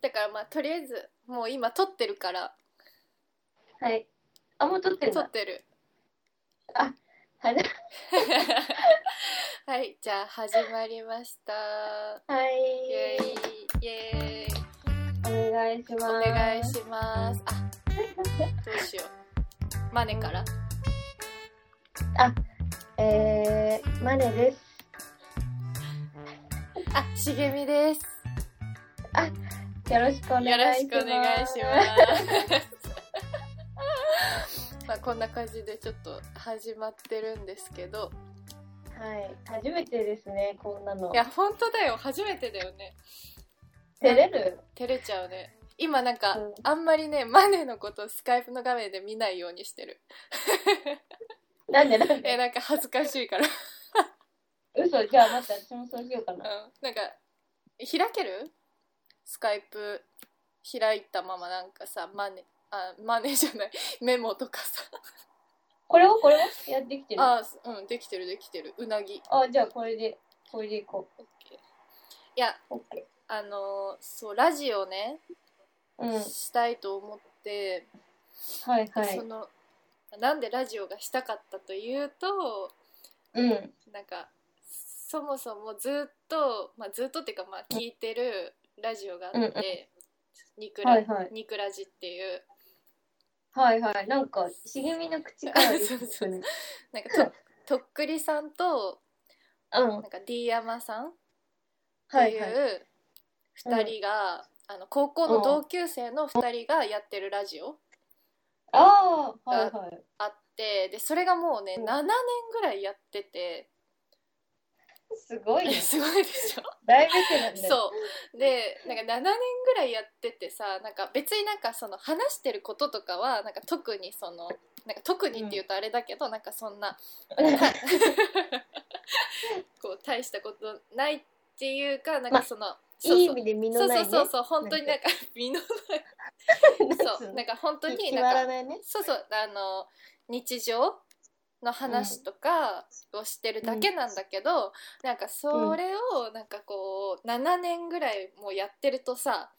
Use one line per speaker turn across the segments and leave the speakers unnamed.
だからまあとりあえずもう今撮ってるから
はい。あ、もう撮ってるん
撮
だ
っ。てる
はい。
はいじゃあ始まりました
はい
イエーイイエーイ
お願いします。
お願いしますあどうしようマネから
えー、マネです。
あ茂みです
よろしくお願い
よろ
し
し
ます。
くお願いします。 まあこんな感じでちょっと始まってるんですけど、
す。はい。初めてですね、こんなの
い。や本当だよ初めてだよね。
照れる
照れちゃうね。今なんか、
うん
あんまりねマネのことをスカイプの画面で見ないようにしてる。
なんでなん
え
で
なんか恥ずかしいから。うん
嘘じゃあ待って、私もそうしようかな。
なんか開ける？スカイプ開いたままなんかさマネあマネじゃない メモとかさ。
これをこれをやってきてる。あ
あうんできてるできてるうなぎ。
じゃあこれで、これでいこ
オッケーいや
う。オッケ
あのーそうラジオね、
ー。うん。
したいと思って、
はいは
そ
い。
のなんでラジオがしたかったというと
うん。
なんかそもそもずっと、まあ、ずっとっていうか、まあ、聞いてるラジオがあ
うんう
っ
ん
て「ニクラ
はいはい。
ニクラジ」っていう
はいはい。なんか、茂みの口から出てくるね。
なんかととっくりさんと
うん。
なんか D 山さんって
はい
い
はい。
う2人が、あの高校の同級生の2人がやってるラジオ
ああ、はいはい。
あってでそれがもうね
うん
7年ぐらいやってて。
すごい
い
ね
や。 すごいでしょ
大ベテランだよ。
そうでなんか7年ぐらいやっててさなんか別になんかその話してることとかはなんか特にそのなんか特にっていうとあれだけど、なんかそんなこう大したことないっていうかなんかその、そう
いい意
そう
味で身
そ
の
う
ない
そう
ね。
そうそう本当になんか身の
なんか
そうなんか本当に
決
な
ま
んから
ないね。
そうそうあの日常の話とかをしてるだけなんだけど、なんかそれをなんかこう7年ぐらいもうやってるとさ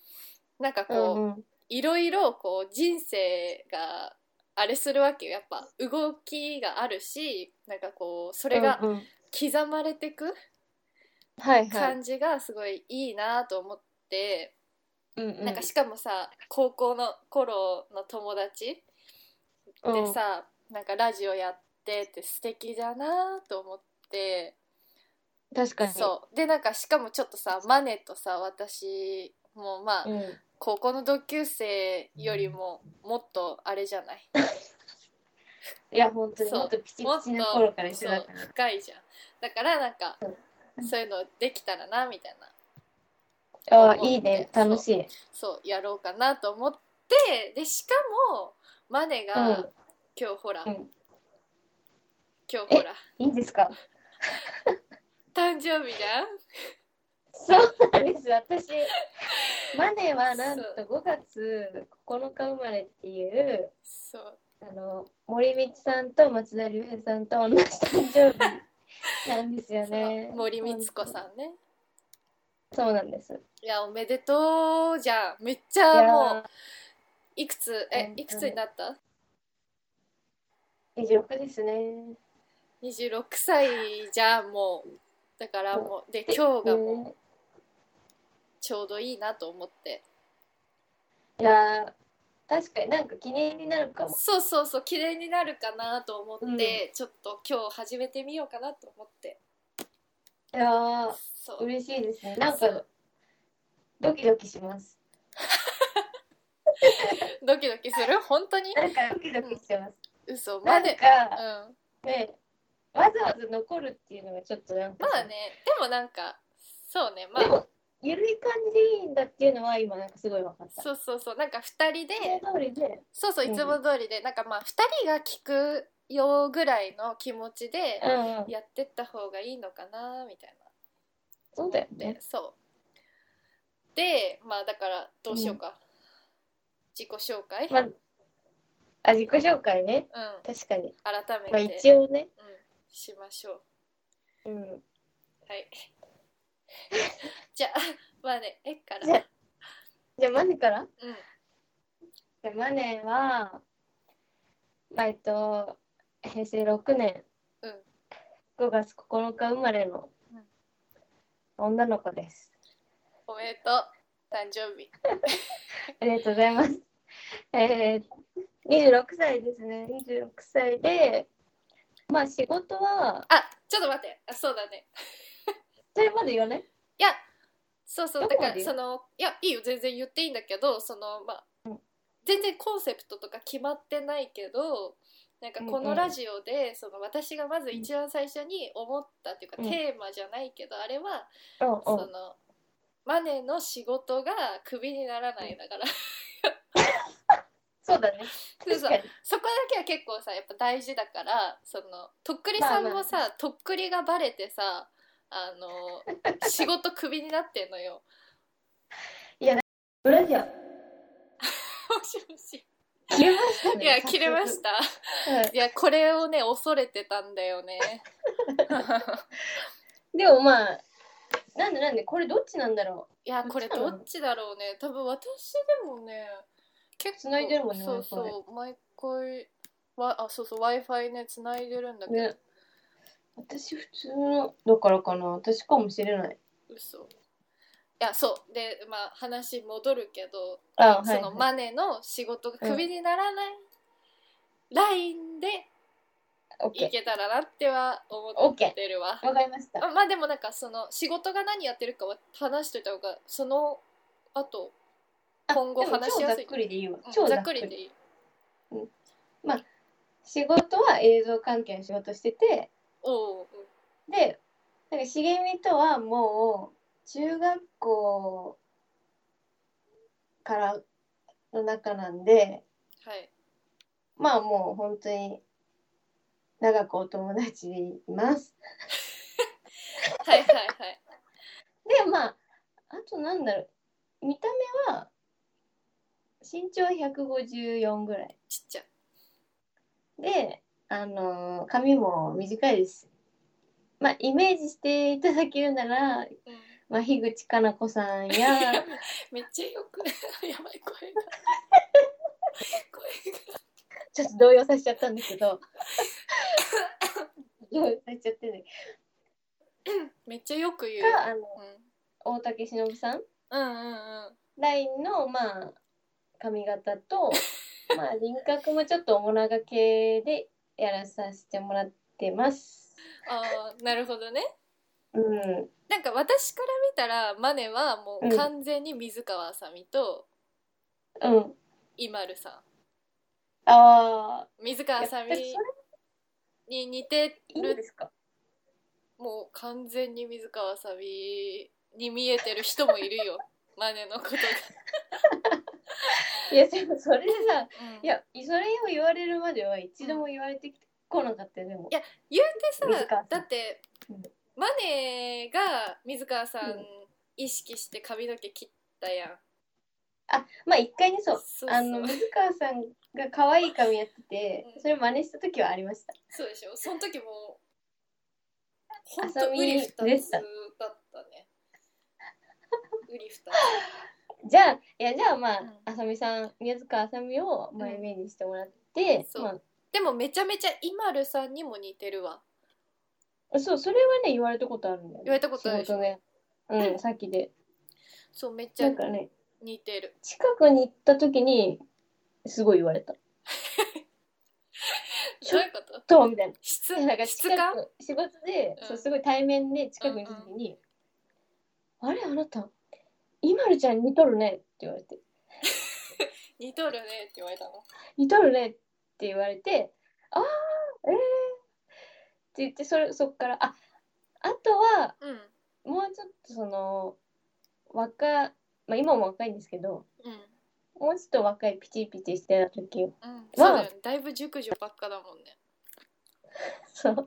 なんかこう、
うんうん
いろいろこう人生があれするわけよやっぱ動きがあるしなんかこうそれが
うんうん
刻まれてく
はいはい。
感じがすごいいいなと思って、
うんう
なんかしかもさ高校の頃の友達でさ、なんかラジオやってて素敵だなと思って、
うん確かに。
そうでなんかしかもちょっとさマネとさ私もまあ、
うん。
高校の同級生よりももっとあれじゃない
いや本当に
そう
もっとピチ
もっと
ピ
そ
チの頃から一緒だ
う
から。
深いじゃんだからなんか
うん
そういうのできたらなみたいな
ああ
思って
いいね楽しい。
そうやろうかなと思ってでしかもマネが、
うん
今日ほら、
うん
今日ほら
いいんですか。
誕生日じゃん
そうなんです私。 マネはなんと5月9日生まれっていう
そう
あの森道さんと松田龍平さんと同じ誕生日なんですよね
そ。う森光子さんね
ん。そうなんです。
いやおめでとうじゃんめっち
い
ゃ
や
もういくつえ
本当
いくつになった
ー26ですね。
26歳じゃんもうだからもうで今日がもう
ね
ちょうどいいなと思って
いやー確かになんか記念になるかも。
そうそうそう綺麗になるかなと思って、ちょっと今日始めてみようかなと思って
いやー
そう
嬉しいですね。なん
そ
か
う
ドキドキします。
ドキドキする本当に
なんかドキドキします。
嘘
な
ま
ん
でうん
かねわざわざ残るっていうのがちょっとなんか
まあねでもなんかそうねま
で
あ
もゆるい感じでいいんだっていうのは今なんかすごい分かった。
そうそうそうなんか2人で
その通りで。
そうそう
うん
いつも通りで、なんかまあ2人が聞くよぐらいの気持ちで
うんうん。
やってった方がいいのかなみたいな
そうだよね。
そうでまあだからどうしようか、自己紹介、
まああ自己紹介ね。
うん
確かに。
改
まあ
めて、
一応ね。
うん、しましょう
うん。
はいじゃあまあねえか
じゃ
ら
じゃあマネから
うん
でマネーは、まあえっと、平成6年、5月9日生まれの
うん
女の子です。
おめでとう誕生日
ありがとうございます。えー、26歳ですね。26歳で、まあ仕事は、
あちょっと待ってあそうだね
それまで言わない
いやそうそう
ど
だ
こ
か
ま
ら
で
そのいやいいよ全然言っていいんだけどそのまあ、
うん
全然コンセプトとか決まってないけどなんかこ
うんう
の
ん
ラジオで、その私がまず一番最初に思ったっていうか、
うん
テーマじゃないけどあれは、
うん
そ
うん。
のマネの仕事がクビにならないだから
そうだね。
そう
確
そう
かに。
そこだけは結構さやっぱ大事だからそのとっくりさんもさ、とっくりがバレてさあ の仕事クビになってんのよ。
ブラジャー。
もしもし
切れましたね。
いや切れました。
た。は い
いやこれをね恐れてたんだよね
でもまあ、なんでなんで、これどっちなんだろ
いやこれどっちだろうね多分私でもね結構
繋いでるもんね
そうそう毎回わあそうそう w i f i ね繋いでるんだ
う。
けど、
ね。私普通の、だからかな。私かもしれない。
嘘いやそうでまあ話戻るけど
あ、
そ
はい
の。マネの仕事がクビにならないラインで
オッケ
い
ー。
けたらなっては思ってるわ、
わかりました。
あまあでもなんかその仕事が何やってるかは話しといた方がその後今後
でも
話しやすい
超ざっくりでいいわ
うん。
超
ざ
ざ
っ
っ
く
く
り
り。
でいい
仕事は映像関係の仕事してて、
おううん
で、なんか茂みとはもう、中学校からの中なんで、
はい
まあもう本当に長くお友達でいます。
はいはいはい
で、まあ、あとなんだろう、見た目は、身長154ぐらい。
ちっちゃい
で、あのー髪も短いです。まあ、イメージしていただけるなら、
うん
まあ、樋口かな子さんや、
めっちゃよく やばい声が声が
ちょっと動揺させちゃったんだけど、動揺させちゃってね。
めっちゃよく言う、
が、あ
う
の、
ん、
大竹しのぶさ
う
ん
んうんうん
ラインの、まあ、髪型と、まあ、輪郭もちょっとおもなが系でやらさせてもらってます。
ああなるほどね
うん。
なんか私から見たらマネはも
う
うん完全に水川あさみと
うん。
イマルさ
ああ、
ん水川あさみ
いやそ
に似て
いいん
る
ですか
もう完全に水川あさみに見えてる人もいるよ マネのことが、
いや、でもそれさ、
うん
いや、それを言われるまでは一度も言われてこなかったよ、でも
い。や言うて
水
さ
川さん
だって
うん
マネが水川さ
うん
ん意識して髪の毛切ったやん、
あ、まあ一回ね、そう。
そうそう
あの、水川さんが可愛い髪やってて
うん、
それ真似した時はありました。
そうでしょその時もほん
あ
と
さ
ウ
み
リ二つだったね
でした
ウリ二つ
じゃあ、いや、じゃあまあ
うん、
あさみさん、水川あさみを、まあ、イメージしてもらって、
そう
ま
でもめちゃめちゃイマルさんにも似てるわ
あ、そう、それはね、言われたことあるんだよ、ね。
言われたことあるでしょ
仕事で。うん、さっきで。
そうめっちゃ
なんかね、
似てる
近くに行った時に、すごい言われた。ち
ど
ょ
う
っ
いうこと
と、みたいな。
質
なんか
質感
近く仕事で、
うん
そうすごい対面で近くにいた時に「あれあなたイマルちゃん似とるね」って言われて
似とるねって言われたの
「似とるね」って言われて「ああええー」って言ってそれそっからああとは
うん
もうちょっとその若、まあ、今も若いんですけど
うん
もうちょっと若いピチピチしてた時
うん
は
そうだよねだいぶ熟女ばっかだもんね
そうも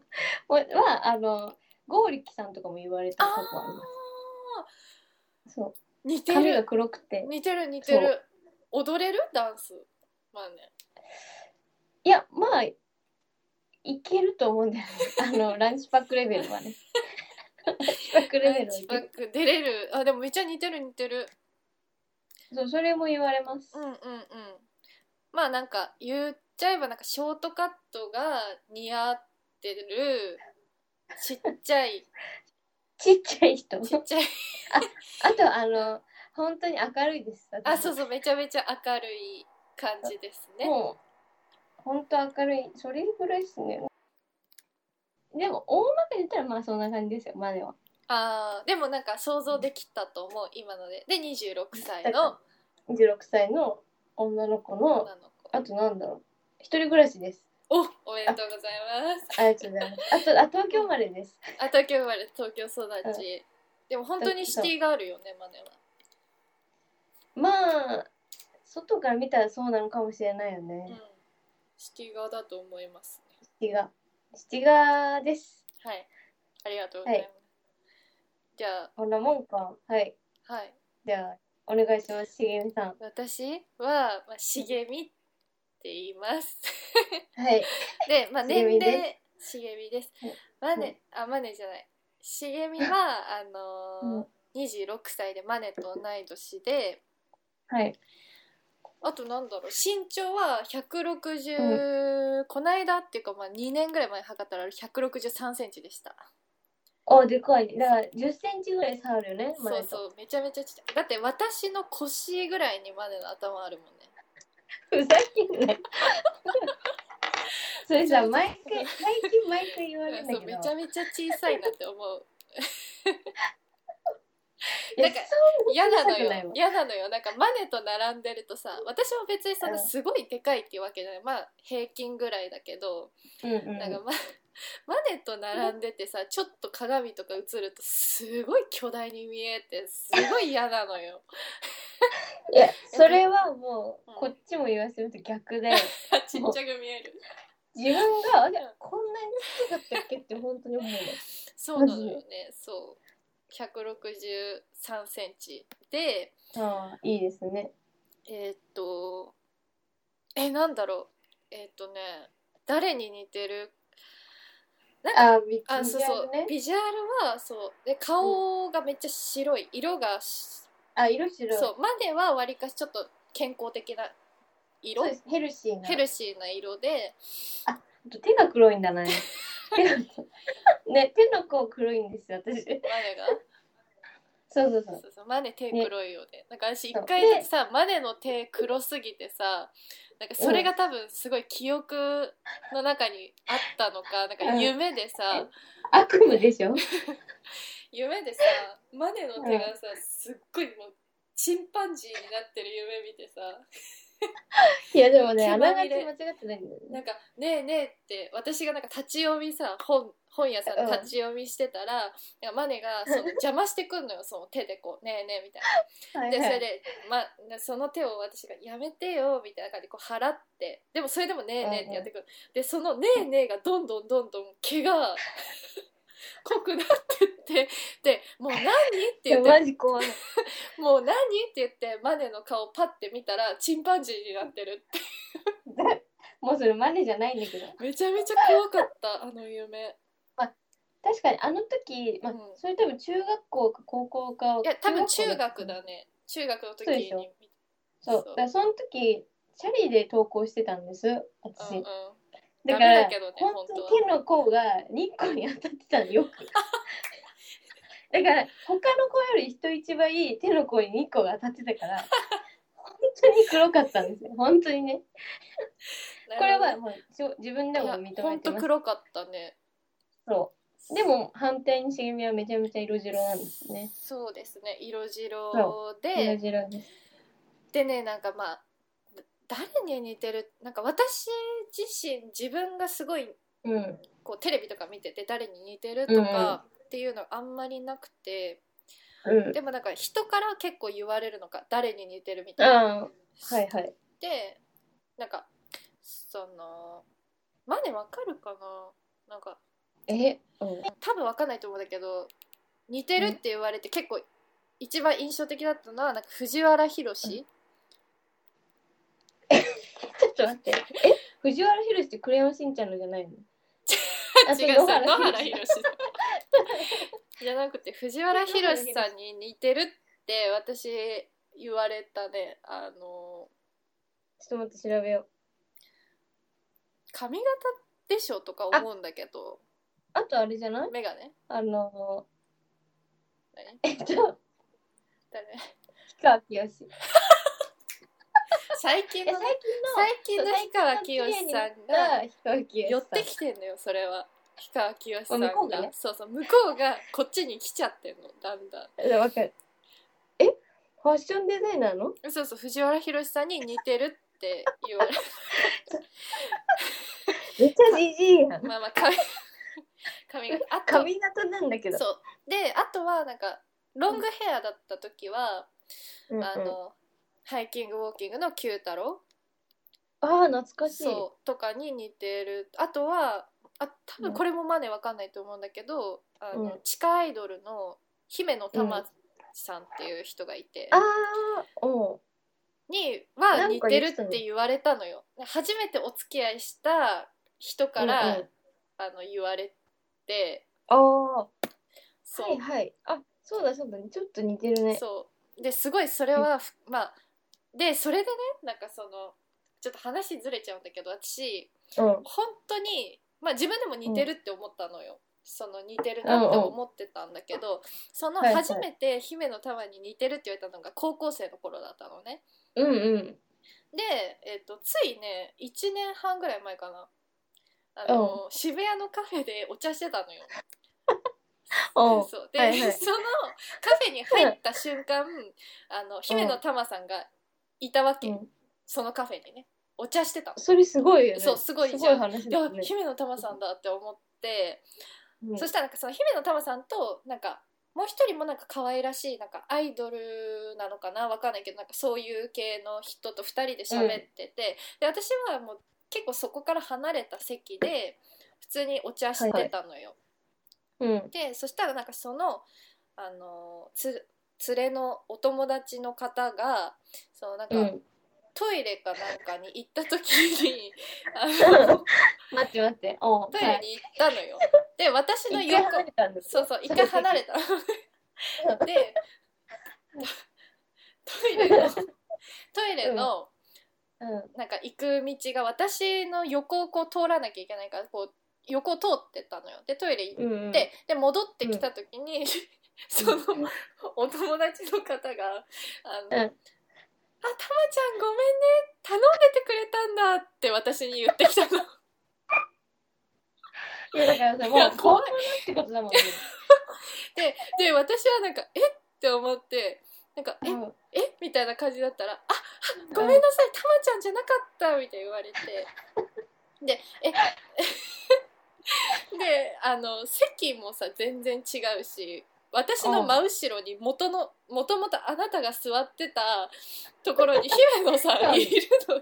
うはあの剛力さんとかも言われた
あ
過去あります
あ
そう
似て
髪が
る
黒くて
似てる似てる踊れるダンスまあね
いや、まあ、いけると思うんだよね。あの、ランチパックレベルはね。ランチパックレベルはいけ
バッ
る。
ク出れるあでもめっちゃ似てる似てる
そうそれも言われます、
うんうんうんまあなんか言っちゃえばなんかショートカットが似合ってるちっちゃ い
ちっちゃい人
ちっちゃい
あとあの本当に明るいです
あそう
う
そうめちゃめちゃ明るい感じですね
もう本当明るいそれぐらいですねでも大まかに言ったらまあそんな感じですよマネは
あーでもなんか想像できたと思う今のでで26歳の
16歳の女の子の
女の子
あとなんだろう一人暮らしです
おおめでとうございます
ありがとうございますあとあ東京生まれです
あ東京生まれ東京育ちでも本当にシティがあるよねマネは
まあ外から見たらそうなのかもしれないよね、
うんシティ側だと思いますね
シティガシティガです
はいありがとうございます、じゃ
こんなもんかはい
あはい
じゃあお願いしますしげみさん
私は、まあ、茂みって言い ます
はい
で、まあ、
茂
年
み
齢
です
茂みです
はい
マネ、あマネじゃない茂みはあのー
うん
26歳でマネと同い年で
はい
あとなんだろう身長は160、こないだっていうか、まあ、2年ぐらい前に測ったら1 6 3センチでした
おでかいだから10センチぐらい差あるよね
そ
前
う
と
そうめちゃめちゃちっちゃいだって私の腰ぐらいにマネの頭あるもんね
ふざけ んなよそれさ毎回最近毎回言われるんだ
そう
けど
めちゃめちゃ小さいなって思う
いや
なんか
そう
嫌なの
小さくない
よ
わ
嫌なのよなんかマネと並んでるとさ私も別にそんな
うん
すごいでかいっていうわけじゃないまあ平均ぐらいだけど
うんうん
なんかマ マネと並んでてさちょっと鏡とか映るとすごい巨大に見えてすごい嫌なの よ
いやそれはもう
うん
こっちも言わせると逆
ち
で
っちゃく見える
自分があれこんなに大きかったっけって本当に思うの
そうなのよねそう1 6 3センチで
ああいいですね
えーっとえなんだろうえーっとね誰に似てる
あービ
あそうそう
ね
ビジュアルはそうで顔がめっちゃ白い色がし
あ色白い
そうまではわりかしちょっと健康的な色
そうですヘルシーな
ヘルシーな色で
手が黒いん だね手がね手の甲黒いんですよ私
マネが
そうそうそう
そうそうマネ手黒いよねなんか私一
そう
回だけさマネの手黒すぎてさなんかそれが多分すごい記憶の中にあったのかなんか夢でさ、
悪夢でしょ
夢でさマネの手がさすっごいもうチンパンジーになってる夢見てさ
いやでもね
血
あ
ま
なが
み
ち
れ
間違ってないんだよ
な
ね
んか「ねえねえ」って私がなんか立ち読みさ本本屋さんで立ち読みしてたら、なんかマネがその邪魔してくんのよその手でこう「ねえねえ」みたい
は
な。
い
でそ
は
れ
い
で、ま、その手を私が「やめてよ」みたいな感じでこう払ってでもそれでも「ねえねえ」ってやってくる、でその「ねえねえ」がどんどんどんどん毛 が濃くなってってでもう何って言って
マジ怖い
もう何って言ってマネの顔パッて見たらチンパンジーになってるって
もうそれマネじゃないんだけど
めちゃめちゃ怖かったあの夢
確かにあの時、まあ
うん
それ多分中学校か高校か
いや多分中
学校
学だね中学の時
そうで
に
しょ
見
そ
そ
う
う
だからその時チャリで登校してたんです
た
私、
うんうん
だ
ダ
か
メ
ら
だけどね
本当
本
に手の甲が日光に当たってたのよく だから他の子より人一倍手の甲に日光が当たってたから本当に黒かったんですよ本当にねこれはもうしょ自分でも認め
い
て
やほ
ま
んと
す
黒かったね
そうでも反対に茂みはめちゃめちゃ色白なんですね
そうですね色白
そ色
で
白です
でねなんかまあだ誰に似てるなんか私自身自分がすごい
うん
こうテレビとか見てて誰に似てるとかっていうのあんまりなくて、
うん
でもなんか人から結構言われるのか誰に似てるみたいな。
ああはいはい
でなんかそのマネわかるかななんか
え、うん、
多分わかんないと思うんだけど似てるって言われて結構一番印象的だったのはなんか藤原宏
ちょっと待ってえ藤原宏ってクレヨンしんちゃんのじゃないのあそれ
違うさ野
野原
原
ひろし
宏 じゃなくて藤原宏さんに似てるって私言われたねあの
ちょっと待って、調べよう。
髪型でしょとか思うんだけど
あとあれじゃない
メガネ
あの
何
えっと、
誰
氷川きよし。
最近
え、最
の
近
ね、
の
最近の
そう
氷川きよしさんが
最近の綺麗になった氷川きよしさ
寄
ん
ってきてんのよそれは氷川きよしさんが
あ向こうがね
そうそう向こうがこっちに来ちゃってんのだんだん
えわかる。えファッションデザイナーの
そうそう藤原宏さんに似てるって言 われ
めっちゃじじいやん。
まあまあ髪髪があと
髪型なんだけど。
そうであとはなんかロングヘアだった時は、
うんうん
あのハイキングウォーキングの九太郎
あー懐かしい。
そうとかに似てるあとはあ多分これもマネわかんないと思うんだけど、あの
うん
地下アイドルの姫野玉さんっていう人がいて、
ああ、うん。
には似てるって言われたのよ初めてお付き合いした人から、
うんうん
あの言われて
ああ、は
そう、
いはい。あそうだそうだ、ちょっと似てるね。
そうですごいそれは、ふまあでそれでねなんかそのちょっと話ずれちゃうんだけど私
うん。うん
本当にまあ自分でも似てるって思ったのよ、その似てるなって思ってたんだけど、その
はいはい
初めて姫の玉に似てるって言われたのが高校生の頃だったのね
うん。
で、えっとついね1年半ぐらい前かなあの、渋谷のカフェでお茶してたのよ
おう
そうで、
はいは い
そのカフェに入った瞬間あの姫野玉さんがいたわけ、
うん
そのカフェにねお茶してたの
それすごいよね。
そうすごいじゃん
すごい話
で
だ
あ
ね。
姫野玉さんだって思って、
うん
そしたらなんかその姫野玉さんとなんかもう一人もなんか可愛らしいなんかアイドルなのかなわかんないけどなんかそういう系の人と2人で喋ってて、で私はもう結構そこから離れた席で普通にお茶してたのよ。
うん。
でそしたらなんかそのあのつ連れのお友達の方がそのなんか、
うん。
トイレかなんかに行った時にあ の
待って待って。おう
トイレに行ったのよ。で私の
はい一回
横
離れたんです
そうそう一回離れたでトイレのトイレの
うん。
なんか行く道が私の横をこう通らなきゃいけないからこう横を通ってったのよ。でトイレ行っ
うんうん、
でで戻ってきた時に、そのお友達の方が「あの、
うん
あたまちゃんごめんね頼んでてくれたんだ」って私に言ってきたの
いやだからさ
い
も
や
う怖
怖
いってことだもんね。
で私はなんか「えっ?」て思ってなんか「え
うん
えみたいな感じだったら「ああごめんなさいたまちゃんじゃなかった」みたいに言われてでえ であの席もさ全然違うし私の真後ろに元のもともとあなたが座ってたところに姫野さんいるの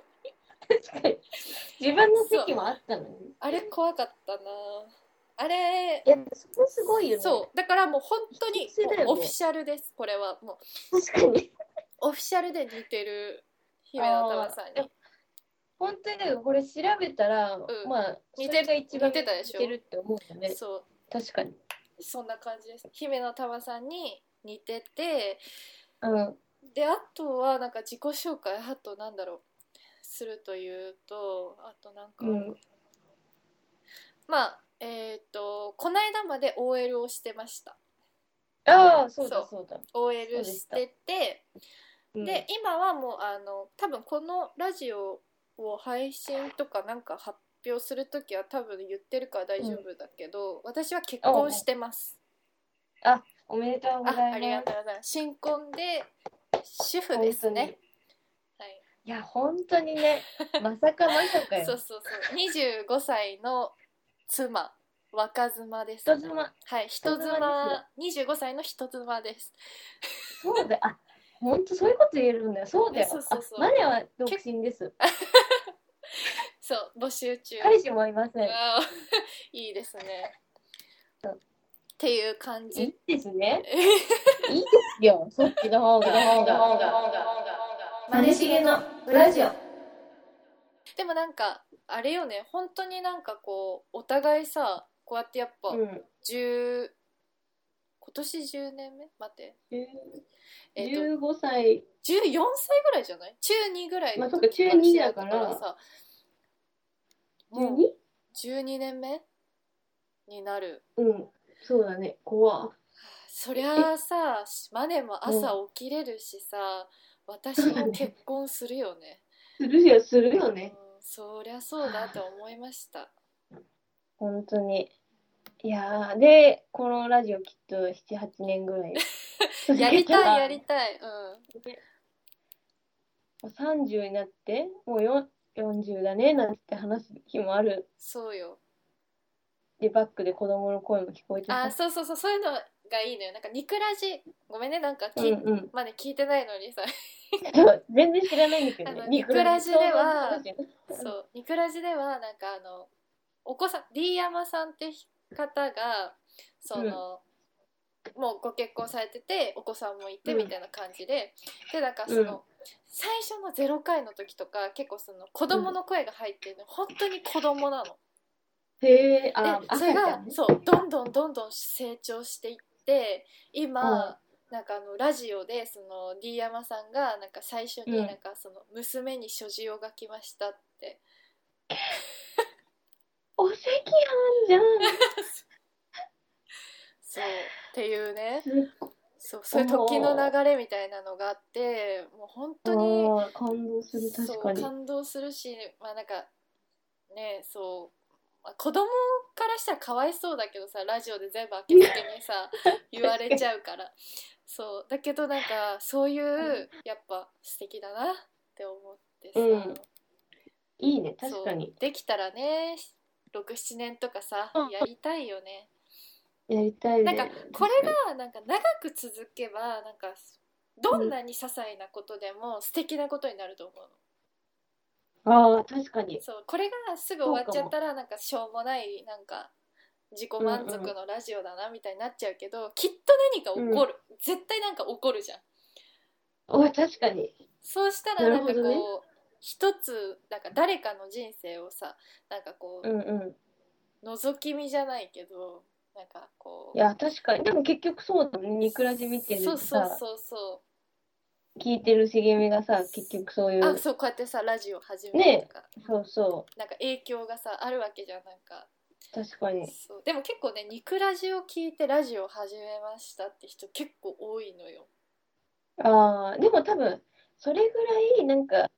確かに自分の席もあったのに。
あれ怖かったなあれ
いやそこすごいよね。
そうだからもう本当に
一致だよね
もうオフィシャルですこれはもう
確かに。
オフィシャルで似てる姫野玉さんに
本当にだからこれ調べたら、
ん
まあ
似
そ
て
れ
る
が一番
似てたでしょ
似てるって思うよね。
そう
確かに。
そんな感じです姫野玉さんに似てて
うん。
であとはなんか自己紹介あとなんだろうするというとあとなんか、
うん。
まあえっ、とこの間まで OL をしてました
ああそうだそうだ。
OL してて
う
で
ん
今はもうあの多分このラジオを配信とかなんか発表するときは多分言ってるから大丈夫だけど、私は結婚してます
おめでとうございます
あ。ありがとうございます新婚で主婦ですねはい
いや本当にね、まさかまさか よ。
そうそうそう。二十五歳の妻、若妻です。
人妻。
はい、人妻、二十五歳の人妻です。
そうだ。あ、本当そういうこと言えるんだよ。そうだよ。
そうそうそう
あマネは独身です。
そう、募集中。
彼氏もいません。
わお いいですね。
そう
っていう感
い
じ。
いですね。いいで すよ。そっちの方が。方が方がマネしげのラジオ。
でもなんか、あれよね、本当になんかこう、お互いさ、こうやってやっぱ
うん。
十今年10年目待ってえっ、と
15歳
14歳ぐらいじゃない中2ぐらい
まあ
の
そっか中二だから
知り合ったさもう
12?
12年目になる
うんそうだね怖
そりゃあさマネも朝起きれるしさ、私も結婚するよ ね、
するよするよ
う
ね
ん、そりゃそうだと思いました
本当にいやーでこのラジオきっと78年ぐ らい
やりた いやりたいうん
もう30になってもうよ40だねなんて話す日もある
そうよ
でバックで子供の声も聞こえて
あそ
さ
うそうそうそういうのがいいのよなんか「ニクラジ」ごめんねなんか
う
き、
んうん
まで聞いてないのにさ
そう全然知らないんだけど
あ
ね
のニクラジでは
ニクラジの話
そう「ニクラジ」ではなんかあのお子さん D 山さんって方がその、もうご結婚されててお子さんもいてみたいな感じで、でなんかその、
うん
最初の0回の時とか結構その子供の声が入ってるの、本当に子供なの。
へえあ
でそ
赤ちゃ
れ
ん
が
ね
そうどんどんどんどん成長していって今、なんかあのラジオでその D 山さんがなんか最初に
うん
なんかその娘に所持を書きましたって、
お赤飯じゃん
そうっていうね
すっ
そうそういう時の流れみたいなのがあってもう本当に
ごい感動する確
そ
か
う
に
感動するしまあなんかねそう、まあ、子供からしたらかわいそうだけどさラジオで全部開け抜けに さ言われちゃうからそうだけどなんかそういうやっぱ素敵だなって思ってさ、
うんいいね
そう
確かに
できたらね67年とかさ
うん
やりたいよね。
やりたい
な
ね
んかこれがなんか長く続けばなんかどんなに些細なことでも素敵なことになると思うの。
ああ確かに
そうこれがすぐ終わっちゃったらなんかしょうもないなんか自己満足のラジオだなみたいになっちゃうけど、きっと何か起こる、絶対なんか起こるじゃん
お確かに
そうしたらなんかこう、
なるほ
一つなんか誰かの人生をさなんかこ
うんうん
う覗き見じゃないけどなんかこう
いや確かにでも結局そうだねニクラジ見てる
そう
と
そう
さ
そうそ
聞いてる茂みがさ結局そういうう
あそうこうやってさラジオ始めるとか、
そうそ
なんか影響がさあるわけじゃんなんか
う確かに
そうでも結構ね「ニクラジ」を聞いてラジオを始めましたって人結構多いのよ
ああでも多分それぐらいなんか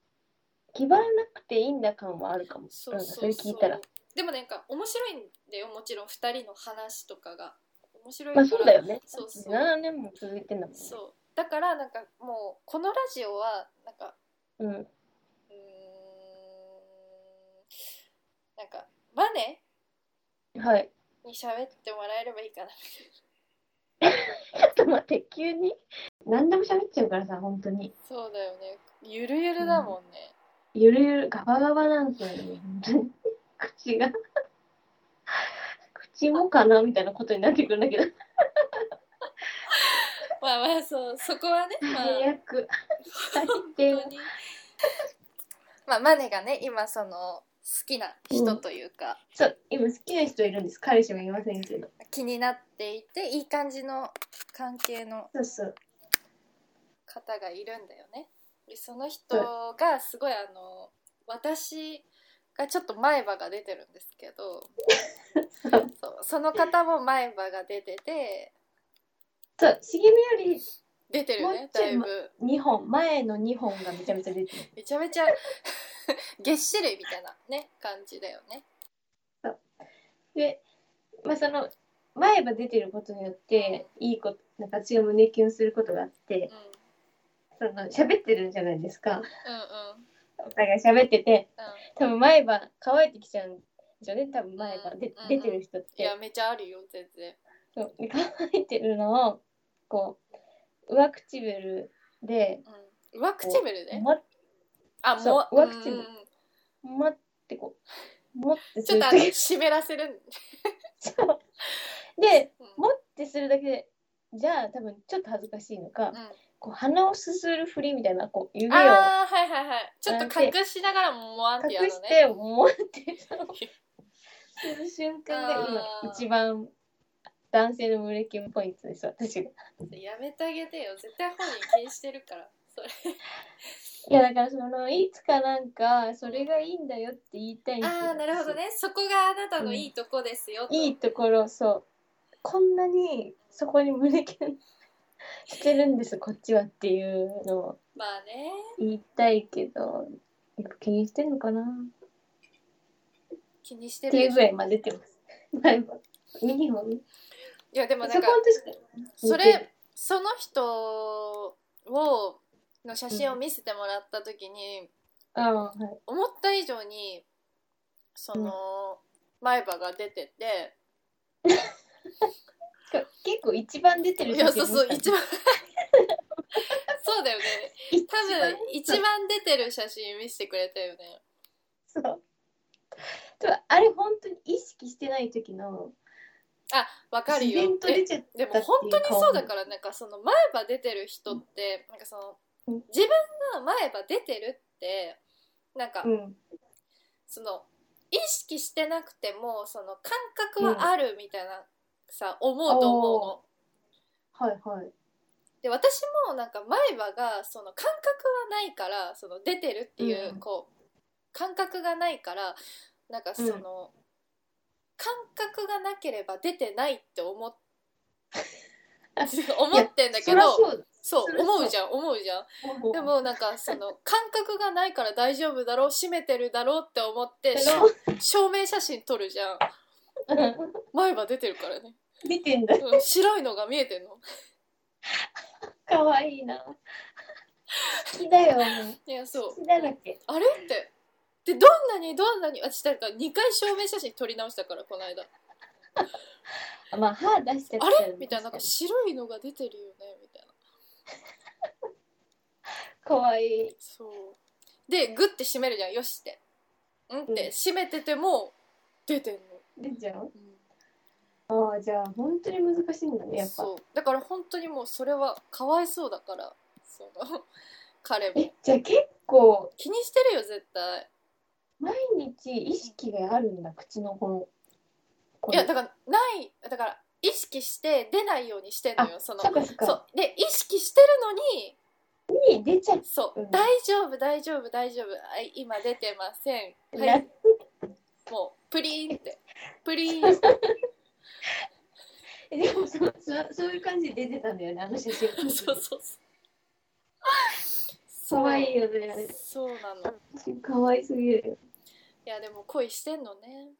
気張らなくていいんだ感はあるかも
そう
なんか
そう
れ聞いたら
でもなんか面白いんだよもちろん2人の話とかが面白いか
ま
ら、
あそうだよね
そうそう
7年も続いてんだもんね
そうだからなんかもうこのラジオはなんか
うん
うーんなんかマネ
はい
に喋ってもらえればいいかな
ちょっと待って急に何でも喋っちゃうからさ本当に
そうだよねゆるゆるだもんね、
ゆるゆるガバガバなんですよね本当に口が 口もかなみたいなことになってくるんだけど
まあまあそうそこはねまあ
早く
本当に まあマネがね今その好きな人というか、
そう今好きな人いるんです彼氏もいませんけど
気になっていていい感じの関係の
そうそう
方がいるんだよねでその人がすごいあの私がちょっと前歯が出てるんですけ どそうその方も前歯が出てて
そう茂みより
出てる
も
ね
うちょ
だ
い
い
ま
ぶ
2本前の2本がめちゃめちゃ出てる
めちゃめちゃ げっ歯類みたいなね感じだよね
で、まあ、その前歯出てることによっていいことなんか強い胸キュンすることがあって
うん
その喋ってるじゃないですか
うん
お互い喋ってて
うんうん
多分前歯乾いてきちゃうんですよね多分前歯で、
うんうん
出てる人っ
い
て
やめちゃあるよ全然
そうで乾いてるのをこう上唇で
うん上唇で
も
あ
そう
も
上唇
うんうん
持ってこう持ってす
ちょっと
るだ
あの
け
湿らせるん、
そうで
うん
持ってするだけでじゃあ多分ちょっと恥ずかしいのか、
うん
こう鼻をすするふりみたいなこう指を
ああはいはいはいちょっと隠しながらもワンってやる
隠
の
し
ね
て持ってそうする瞬間が
あー
今一番男性の胸キュンポイントです私が
やめてあげてよ絶対本人気にしてるからそれ
いやだからそのいつかなんかそれがいいんだよって言いたいんですよ
ああなるほどねそこがあなたのいいとこですよ、と
いいところそうこんなにそこに胸キュンしてるんですこっちはっていうのを
まあね
言いたいけどやっぱ気にしてんのかなっ
気にして
て
る
い
で
う
し
ぐ
ょ
らいまあ出てます前も右もね
いやでもな
そ
んか
こは確かに
それその人をの写真を見せてもらった時に、
ああはい
思った以上にその、前歯が出てて
結構一番出てる
いやそうそう
見た
一番 そうだよね
一
多分一番出てる写真見せてくれたよね
そうでもあれ本当に意識してない時の
わかる
自
よ
然と出ちゃった
でも本当にそうだからなんかその前歯出てる人ってなんかその
うん
自分が前歯出てるってなんか
うん
その意識してなくてもその感覚はあるみたいなさ思うと思うの。
はいはい
で私もなんか前歯がその感覚はないからその出てるっていううんこう感覚がないからなんかその、
うん
感覚がなければ出てないって思 っ
あ
思ってんだけ
そりゃ
ど
そう
そう
そりゃそう
思うじゃん思うじゃん
だ
でもなんかその感覚がないから大丈夫だろう閉めてるだろうって思ってしょ
そ
証明写真撮るじゃん
う
前歯出てるからね、
出てんだ
うん白いのが見えてんの
可愛いな好きだよもう
いやそう
好きだらけ
あれってでどんなにどんなに私なんか2回証明写真撮り直したからこの間
あまあ歯出しちゃった
あ
ら
れみたいななんか白いのが出てるよねみたいな
可愛い
そうでグッて閉めるじゃんよしってうんって閉めてても出てんの、
出ちゃうああじゃあ本当に難しいんだねやっぱ
そうだから本当にもうそれはかわいそうだからその 彼
え
も
じゃあ結構
気にしてるよ絶対
毎日意識があるんだ口のこのこ
いやだからないだから意識して出ないようにしてんのよその
そっかそっか
そうで意識してるのに
に出ちゃっ
そう、
うん
大丈夫大丈夫大丈夫あ今出てません
て
は
なっ
いもうプリーンってプリ ーン
え でもそそそういう感じで出てたんだよねあの写真
そうそうそう
可愛いよねあれ
そうなのい
可愛すぎるよ
やでも恋してんのね